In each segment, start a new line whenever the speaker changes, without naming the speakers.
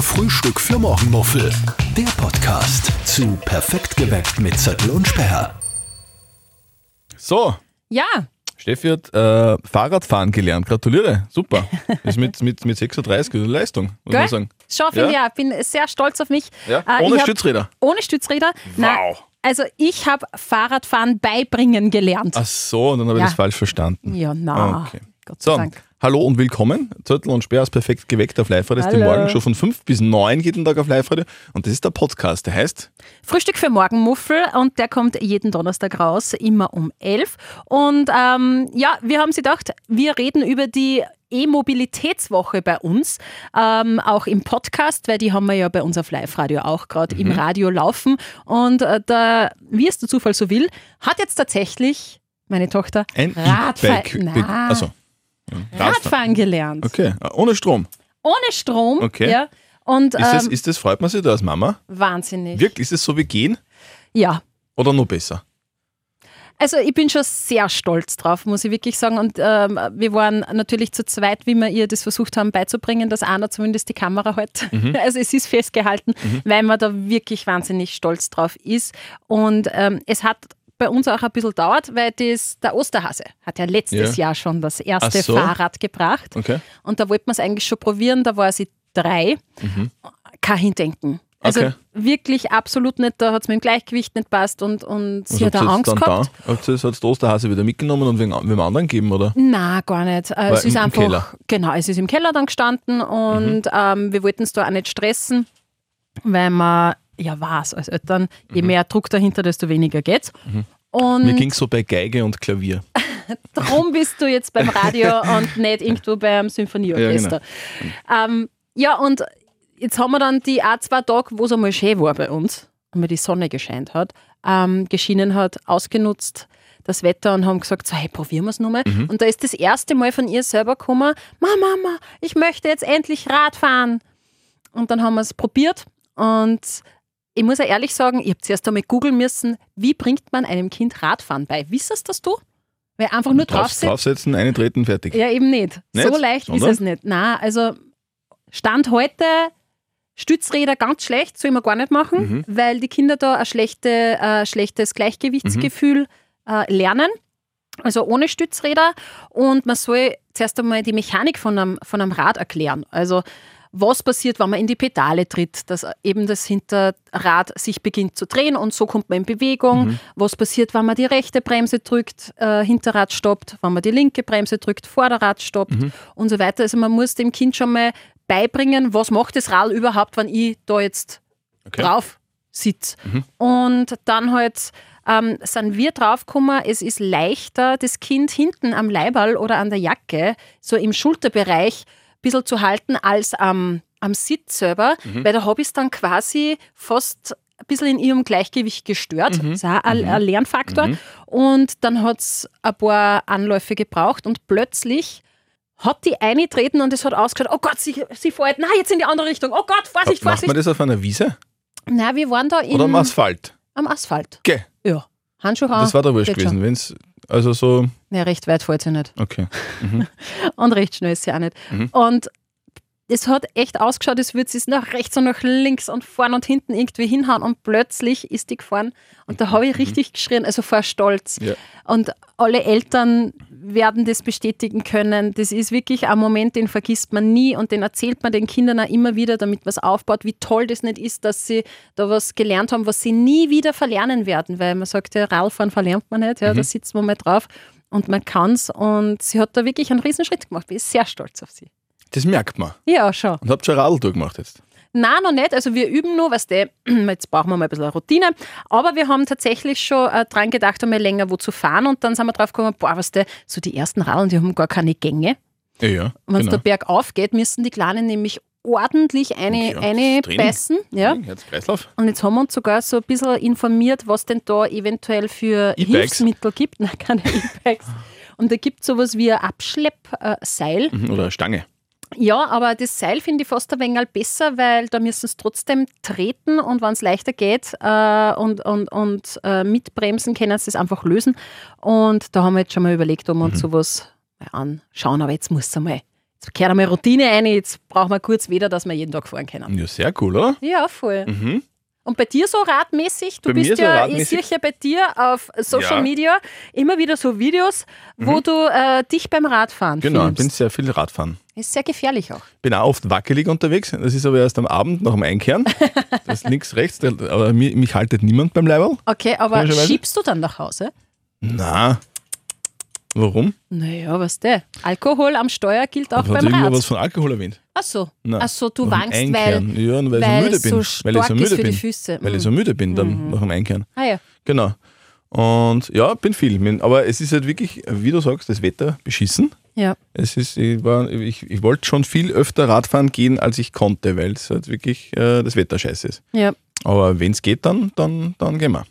Frühstück für Morgenmuffel. Der Podcast zu Perfekt geweckt mit Zettel und Sperr.
So,
Ja,
Steffi hat äh, Fahrradfahren gelernt. Gratuliere, super. Ist mit, mit, mit 36 eine Leistung, muss
gell?
man sagen.
Schon finde
Ja.
ich auch. Bin sehr stolz auf mich.
Ja,
Äh,
ohne
ich hab-
Stützräder.
Ohne Stützräder. Nein,
Wow.
also ich habe Fahrradfahren beibringen gelernt.
Ach so, und dann habe ich
Ja.
das falsch verstanden.
Ja, na.
Ah. Okay.
Gott sei
So,
Dank.
hallo und willkommen. Zöttl und Sperr ist perfekt geweckt auf live Das ist die
Hallo.
Morgenshow von 5 bis 9 jeden Tag auf live Und das ist der Podcast, der heißt
Frühstück für Morgenmuffel und der kommt jeden Donnerstag raus, immer um 11. Und ähm, ja, wir haben sie gedacht, wir reden über die E-Mobilitätswoche bei uns, ähm, auch im Podcast, weil die haben wir ja bei uns auf Live-Radio auch gerade im
Mhm.
Radio laufen. Und äh, da, wie es der Zufall so will, hat jetzt tatsächlich meine Tochter
ein
Radfahr
E-Bike.
Nein,
Also,
Radfahren gelernt.
okay, Ah, ohne Strom.
Ohne Strom.
Okay.
Ja. Und
Ist, das,
ähm,
ist das, freut man sich da als Mama?
wahnsinnig.
Wirklich, ist es so wie gehen
Ja.
oder nur besser?
Also ich bin schon sehr stolz drauf, muss ich wirklich sagen. Und ähm, wir waren natürlich zu zweit, wie wir ihr das versucht haben beizubringen, dass einer zumindest die Kamera hält.
Mhm.
Also es ist festgehalten, weil man da wirklich wahnsinnig stolz drauf ist. Und ähm, es hat bei uns auch ein bisschen dauert, weil das, der Osterhase hat ja letztes
Ja.
Jahr schon das erste
Ach so.
Fahrrad gebracht.
Okay.
Und da wollte man es eigentlich schon probieren, da war sie drei. Kein Hindenken. Also
Mhm. Okay.
wirklich absolut nicht, da hat es mit dem Gleichgewicht nicht passt und, und sie hat
habt
auch
ihr
Angst
jetzt
gehabt. Mhm.
Da, habt ihr das als Osterhase wieder mitgenommen und wem, wem anderen gegeben, oder?
Na, gar nicht. Äh, Es
im-
ist
im
einfach,
Keller. Mhm.
genau, es ist im Keller dann gestanden und ähm, wir wollten es da auch nicht stressen, weil man ja weiß als Eltern,
Mhm.
je mehr Druck dahinter, desto weniger geht's.
Mir
Und
ging es so bei Geige und Klavier.
darum bist du jetzt beim Radio und nicht irgendwo beim Symphonieorchester. Ja, ähm, ja, und jetzt haben wir dann die auch zwei Tage, wo es einmal schön war bei uns, und mir die Sonne gescheint hat, ähm, geschienen hat, ausgenutzt das Wetter und haben gesagt, so, hey, probieren wir es nochmal. Und da ist das erste Mal von ihr selber gekommen, Mama, Mama, ich möchte jetzt endlich Rad fahren. Und dann haben wir es probiert und ich muss ja ehrlich sagen, ich habe zuerst einmal googeln müssen, wie bringt man einem Kind Radfahren bei? Wissest das du? Weil einfach nur
Drauf-
draufsitzen
draufsetzen, eine treten, fertig.
ja, eben nicht.
Nicht?
So leicht ist
Sondern?
es nicht. Nein, also Stand heute, Stützräder ganz schlecht, soll man gar nicht
Mhm.
machen, weil die Kinder da ein schlechte, äh, schlechtes Gleichgewichtsgefühl äh, lernen. Also ohne Stützräder. Und man soll zuerst einmal die Mechanik von einem, von einem Rad erklären. Also was passiert, wenn man in die Pedale tritt, dass eben das Hinterrad sich beginnt zu drehen und so kommt man in Bewegung. Was passiert, wenn man die rechte Bremse drückt, äh, Hinterrad stoppt, wenn man die linke Bremse drückt, Vorderrad stoppt und so weiter. Also man muss dem Kind schon mal beibringen, was macht das Rad überhaupt, wenn ich da jetzt
Okay.
drauf sitze. Und dann halt ähm, sind wir draufgekommen, es ist leichter, das Kind hinten am Leiberl oder an der Jacke, so im Schulterbereich, ein bisschen zu halten als am, am Sitz selber, weil da habe ich es dann quasi fast ein bisschen in ihrem Gleichgewicht gestört. Das ist auch ein, ein Lernfaktor. Und dann hat es ein paar Anläufe gebraucht und plötzlich hat die eine treten und es hat ausgeschaut, oh Gott, sie, sie fährt, nein, jetzt in die andere Richtung, oh Gott, Vorsicht,
Macht
Vorsicht.
man das auf einer Wiese
Nein, wir waren da
oder
in,
am Asphalt?
am Asphalt.
Okay,
Ja. Handschuhe haben.
das war da wurscht
Ah, geht
gewesen. Wenn's, also so,
Nein, recht weit fährt sie nicht.
okay.
Und recht schnell ist sie auch nicht.
Mhm.
Und es hat echt ausgeschaut, als würde sie es nach rechts und nach links und vorn und hinten irgendwie hinhauen. Und plötzlich ist die gefahren. Und
Mhm.
da habe ich richtig geschrien, also vor Stolz.
Ja.
Und alle Eltern werden das bestätigen können. Das ist wirklich ein Moment, den vergisst man nie und den erzählt man den Kindern auch immer wieder, damit was aufbaut, wie toll das nicht ist, dass sie da was gelernt haben, was sie nie wieder verlernen werden, weil man sagt ja, Radfahren verlernt man nicht, ja, da sitzt man mal drauf und man kann's und sie hat da wirklich einen Riesenschritt gemacht. Ich bin sehr stolz auf sie.
Das merkt man.
Ja, schon.
Und habt schon Radl durchgemacht jetzt.
Nein, noch nicht. Also wir üben nur, weißt du, jetzt brauchen wir mal ein bisschen eine Routine. Aber wir haben tatsächlich schon äh, dran gedacht, einmal länger wo zu fahren. Und dann sind wir drauf gekommen, boah, weißt du, so die ersten Radeln, die haben gar keine Gänge.
Ja, ja.
Wenn es
genau.
da bergauf geht, müssen die Kleinen nämlich ordentlich eine,
Okay, ja,
eine
das Training.
beißen. Ja.
Mhm. Herz-Kreislauf.
Und jetzt haben wir uns sogar so ein bisschen informiert, was denn da eventuell für
E-Bikes?
Hilfsmittel gibt. Nein, keine E-Bikes. Und da gibt es sowas wie ein Abschleppseil.
Mhm, Oder eine Stange.
Ja, aber das Seil finde ich fast ein wenig besser, weil da müssen sie trotzdem treten und wenn es leichter geht äh, und, und, und äh, mitbremsen, können sie das einfach
Mhm.
lösen. Und da haben wir jetzt schon mal überlegt, ob wir uns sowas mal anschauen, aber jetzt muss es einmal Jetzt kehrt einmal Routine ein, jetzt brauchen wir kurz wieder, dass wir jeden Tag fahren können.
Ja, sehr cool, oder?
Ja, voll.
Mhm.
Und bei dir so radmäßig, du
Bei mir
bist
so
ja, ich
radmäßig?
sehe ja bei dir auf Social
Ja. Mhm.
Media immer wieder so Videos, wo du äh, dich beim Radfahren
Genau, ich
filmst.
bin sehr viel Radfahren.
Ist sehr gefährlich auch.
Bin auch oft wackelig unterwegs. Das ist aber erst am Abend nach dem Einkehren. Das ist links, rechts. der- Aber mich, mich haltet niemand beim Leiberl.
Okay, aber
Komischerweise.
schiebst du dann nach Hause?
Na. Warum?
Naja, was der? Alkohol am Steuer gilt auch
Hat
beim
irgendwer was
Rad.
von Alkohol erwähnt?
Ach so.
Na,
Ach so, du
nach dem
wankst, weil,
Einkehren. ja, und weil,
weil
ich
es
so müde bin.
so
weil ich so
stark
müde
ist für die
bin.
Füße.
Weil ich so
Mhm.
müde bin dann nach dem Einkehren.
ah ja,
Genau. Und ja, bin viel. Mein- Aber es ist halt wirklich, wie du sagst, das Wetter beschissen.
ja.
Es ist, ich, war, ich, ich wollte schon viel öfter Radfahren gehen, als ich konnte, weil es halt wirklich äh, das Wetter scheiße ist.
Ja.
Aber wenn es geht, dann, dann, dann gehen wir.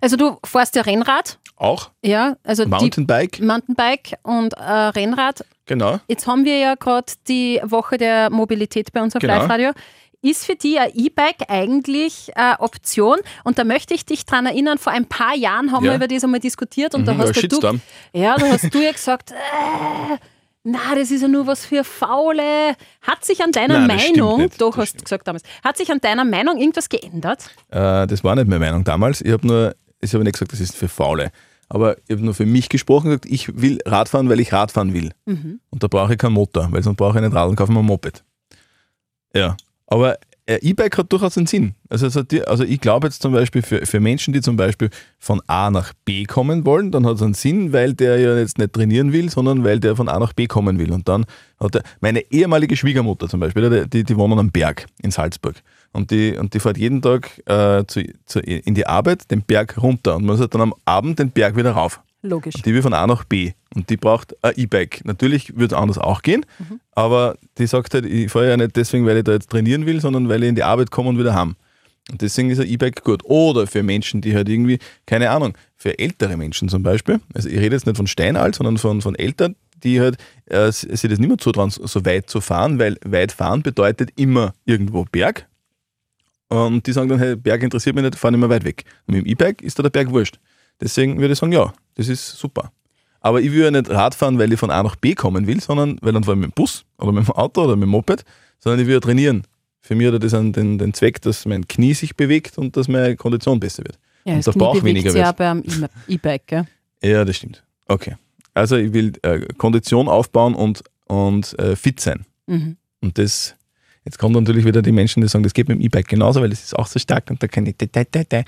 Also du fährst ja Rennrad,
Auch
ja, also
Mountainbike,
die Mountainbike und äh, Rennrad.
genau.
Jetzt haben wir ja gerade die Woche der Mobilität bei uns auf
Genau.
Live-Radio. Ist für die ein E-Bike eigentlich eine Option? Und da möchte ich dich dran erinnern, vor ein paar Jahren haben
Ja.
wir über das einmal diskutiert und da
Mhm,
hast
ja,
ja, du
Shitstorm.
Ja, da hast du ja gesagt, äh, na, das ist ja nur was für Faule. Hat sich an deiner
Nein, das stimmt
Meinung,
nicht,
doch
das
hast du gesagt damals, hat sich an deiner Meinung irgendwas geändert?
Äh, das war nicht meine Meinung damals. Ich habe nur, ich habe nicht gesagt, das ist für Faule. Aber ich habe nur für mich gesprochen und gesagt, ich will Radfahren, weil ich Radfahren will. Und da brauche ich keinen Motor, weil sonst brauche ich nicht Radl und kaufe mir ein Moped. Ja. Aber äh, E-Bike hat durchaus einen Sinn. Also, es hat, die- also ich glaube jetzt zum Beispiel für, für Menschen, die zum Beispiel von A nach B kommen wollen, dann hat es einen Sinn, weil der ja jetzt nicht trainieren will, sondern weil der von A nach B kommen will. Und dann hat er, meine ehemalige Schwiegermutter zum Beispiel, die, die, die wohnen am Berg in Salzburg. Und die, und die fährt jeden Tag äh, zu, zu, in die Arbeit den Berg runter und muss halt dann am Abend den Berg wieder rauf.
Logisch.
Und die will von A nach B und die braucht ein E-Bike. Natürlich würde es anders auch gehen, aber die sagt halt, ich fahre ja nicht deswegen, weil ich da jetzt trainieren will, sondern weil ich in die Arbeit komme und wieder heim. Und deswegen ist ein E-Bike gut. Oder für Menschen, die halt irgendwie, keine Ahnung, für ältere Menschen zum Beispiel, also ich rede jetzt nicht von Steinalt, sondern von, von Eltern, die halt äh, sie sie das nicht mehr zutrauen, so- so weit zu fahren, weil weit fahren bedeutet immer irgendwo Berg. Und die sagen dann, hey, Berg interessiert mich nicht, fahren immer weit weg. Und mit dem E-Bike ist da der Berg wurscht. Deswegen würde ich sagen, ja, das ist super. Aber ich will ja nicht Rad fahren, weil ich von A nach B kommen will, sondern weil dann fahre ich mit dem Bus oder mit dem Auto oder mit dem Moped, sondern ich will ja trainieren. Für mich hat das einen, den, den Zweck, dass mein Knie sich bewegt und dass meine Kondition besser wird.
Ja,
Und
das
der
Knie
Bauch
bewegt
weniger
sich ja
wird.
beim E- E-Bike, gell?
Ja, das stimmt. Okay. Also ich will äh, Kondition aufbauen und, und äh, fit sein.
Mhm.
Und das, jetzt kommen natürlich wieder die Menschen, die sagen, das geht mit dem E-Bike genauso, weil das ist auch so stark und da kann ich. da, da, da, da.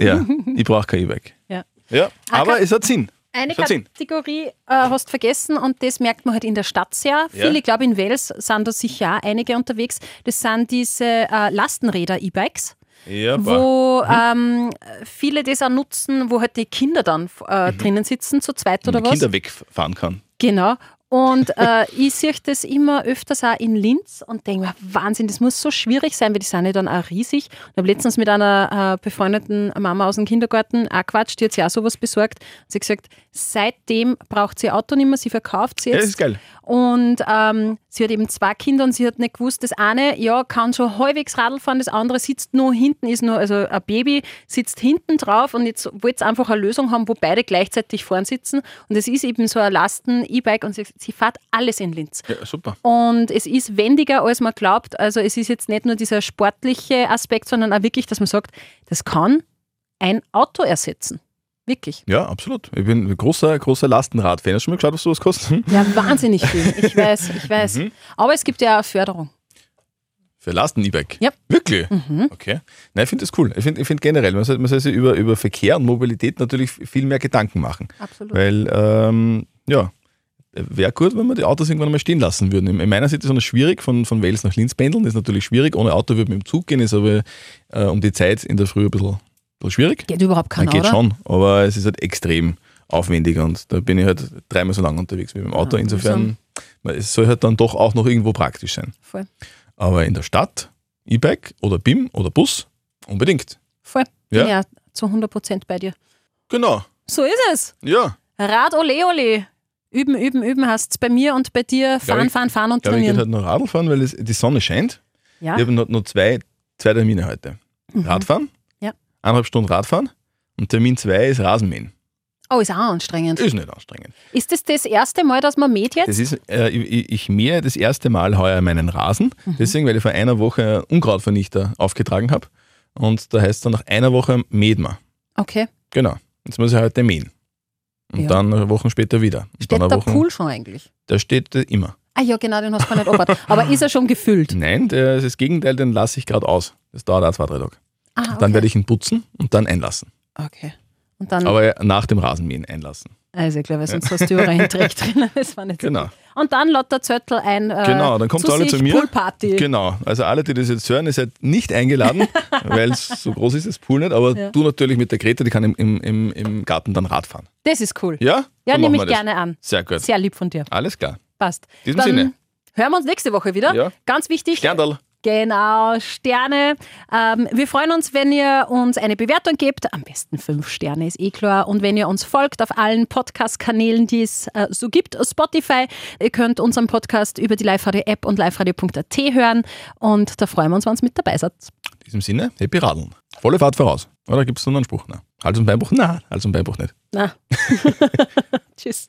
ja, ich brauche kein E-Bike.
Ja.
ja aber
Kat-
es hat Sinn.
Eine
Schon zehn.
Kategorie äh, hast vergessen und das merkt man halt in der Stadt sehr
Ja.
viel. Ich glaube, in Wales sind da sicher auch einige unterwegs. Das sind diese äh, Lastenräder-E-Bikes,
Ja, boah.
wo
Mhm.
ähm, viele das auch nutzen, wo halt die Kinder dann äh, drinnen sitzen, zu zweit
Wenn
oder
man
was.
Mhm. Kinder wegfahren kann.
Genau. Und äh, ich sehe das immer öfters auch in Linz und denke mir, Wahnsinn, das muss so schwierig sein, weil die sind ja dann auch riesig. Und habe letztens mit einer äh, befreundeten Mama aus dem Kindergarten auch quatscht, die hat sich auch sowas besorgt. Und sie hat gesagt, seitdem braucht sie ihr Auto nicht mehr, sie verkauft sie
Ja,
jetzt.
das ist geil.
Und ähm, sie hat eben zwei Kinder und sie hat nicht gewusst, das eine ja, kann schon halbwegs Radl fahren, das andere sitzt nur hinten, ist nur, also ein Baby sitzt hinten drauf und jetzt wollte sie einfach eine Lösung haben, wo beide gleichzeitig vorn sitzen. Und es ist eben so ein Lasten-E-Bike und sie, sie fährt alles in Linz.
Ja, super.
Und es ist wendiger, als man glaubt. Also es ist jetzt nicht nur dieser sportliche Aspekt, sondern auch wirklich, dass man sagt, das kann ein Auto ersetzen. Wirklich.
Ja, absolut. Ich bin ein großer, großer Lastenrad-Fan. Hast du schon mal geschaut, was sowas kostet? Hm?
Ja, wahnsinnig viel. Ich weiß, ich weiß. Aber es gibt ja auch Förderung.
Für Lasten-E-Bike?
Ja. Mhm.
Wirklich? Okay. Nein, ich finde das cool. Ich finde ich find generell, man soll, man soll sich über, über Verkehr und Mobilität natürlich viel mehr Gedanken machen.
Absolut.
Weil, ähm, ja, wäre gut, wenn wir die Autos irgendwann mal stehen lassen würden. In- In meiner Sicht ist es noch schwierig, von, von Wales nach Linz pendeln. Das ist natürlich schwierig. Ohne Auto würde man im Zug gehen, ist aber äh, um die Zeit in der Früh ein bisschen, ein bisschen schwierig.
Geht überhaupt
Nein,
keiner,
geht
oder?
schon, aber es ist halt extrem aufwendig und da bin ich halt dreimal so lange unterwegs wie mit dem Auto.
Ah,
Insofern, weil es soll halt dann doch auch noch irgendwo praktisch sein.
Voll.
Aber in der Stadt, E-Bike oder BIM oder Bus, unbedingt.
Voll.
Ja.
Ja, zu 100 Prozent bei dir.
Genau,
So ist es.
ja.
Rad ole ole. Üben, üben, üben hast bei mir und bei dir.
Glaub
Fahren,
ich-
fahren, fahren und
Ich glaube, ich halt. gehe
trainieren. Ah.
halt noch Radl fahren, weil es, die Sonne scheint.
ja,
Ich habe noch, noch zwei, zwei Termine heute. Radfahren,
Mhm. Ja.
eineinhalb Stunden Radfahren und Termin zwei ist Rasenmähen.
Oh, ist auch anstrengend.
Ist nicht anstrengend.
Ist das das erste Mal, dass man mäht jetzt?
Das ist, äh, ich, ich mähe das erste Mal heuer meinen Rasen.
Mhm.
Deswegen, weil ich vor einer Woche einen Unkrautvernichter aufgetragen habe. Und da heißt es dann, nach einer Woche mäht man.
Okay.
Genau. Jetzt muss ich heute mähen. Und
Ja.
dann Wochen später wieder. Und
Steht
dann
der
eine Woche,
Pool schon eigentlich?
Der steht äh, immer.
Ah ja, genau, den hast du gar nicht obert. Aber ist er schon gefüllt?
Nein, der, das Gegenteil, den lasse ich gerade aus. Das dauert auch zwei, drei Tage.
Ah, okay. Mhm.
Dann werde ich ihn putzen und dann einlassen.
Okay. Und dann,
Aber nach dem Rasenmähen einlassen.
also ich glaube, sonst hast du überall einen Dreck drin. Das war nicht so
Genau.
gut. Und dann lädt der Zöttl ein. Äh,
Genau, dann kommt
zu
alle
sich,
zu mir.
Poolparty.
Genau. Also alle, die das jetzt hören, ihr seid nicht eingeladen, weil so groß ist das Pool nicht. Aber
Ja.
du natürlich mit der Grete, die kann im, im, im, im Garten dann Rad fahren.
Das ist cool.
Ja?
Ja,
Dann
nehme ich
machen wir das.
gerne an.
Sehr gut.
Sehr lieb von dir.
Alles klar.
Passt.
In diesem
Dann
Sinne.
hören wir uns nächste Woche wieder.
Ja.
Ganz wichtig.
Sterndal.
Genau, Sterne. Ähm, wir freuen uns, wenn ihr uns eine Bewertung gebt. Am besten fünf Sterne ist eh klar. Und wenn ihr uns folgt auf allen Podcast-Kanälen, die es äh, so gibt, Spotify. Ihr könnt unseren Podcast über die Live-Radio-App und liveradio.at hören. Und da freuen wir uns, wenn ihr mit dabei seid.
In diesem Sinne, happy Radeln. Volle Fahrt voraus. Oder gibt es noch einen Spruch? Nein. Hals und Beinbruch? Nein, Hals und Beinbruch nicht.
Na. Tschüss.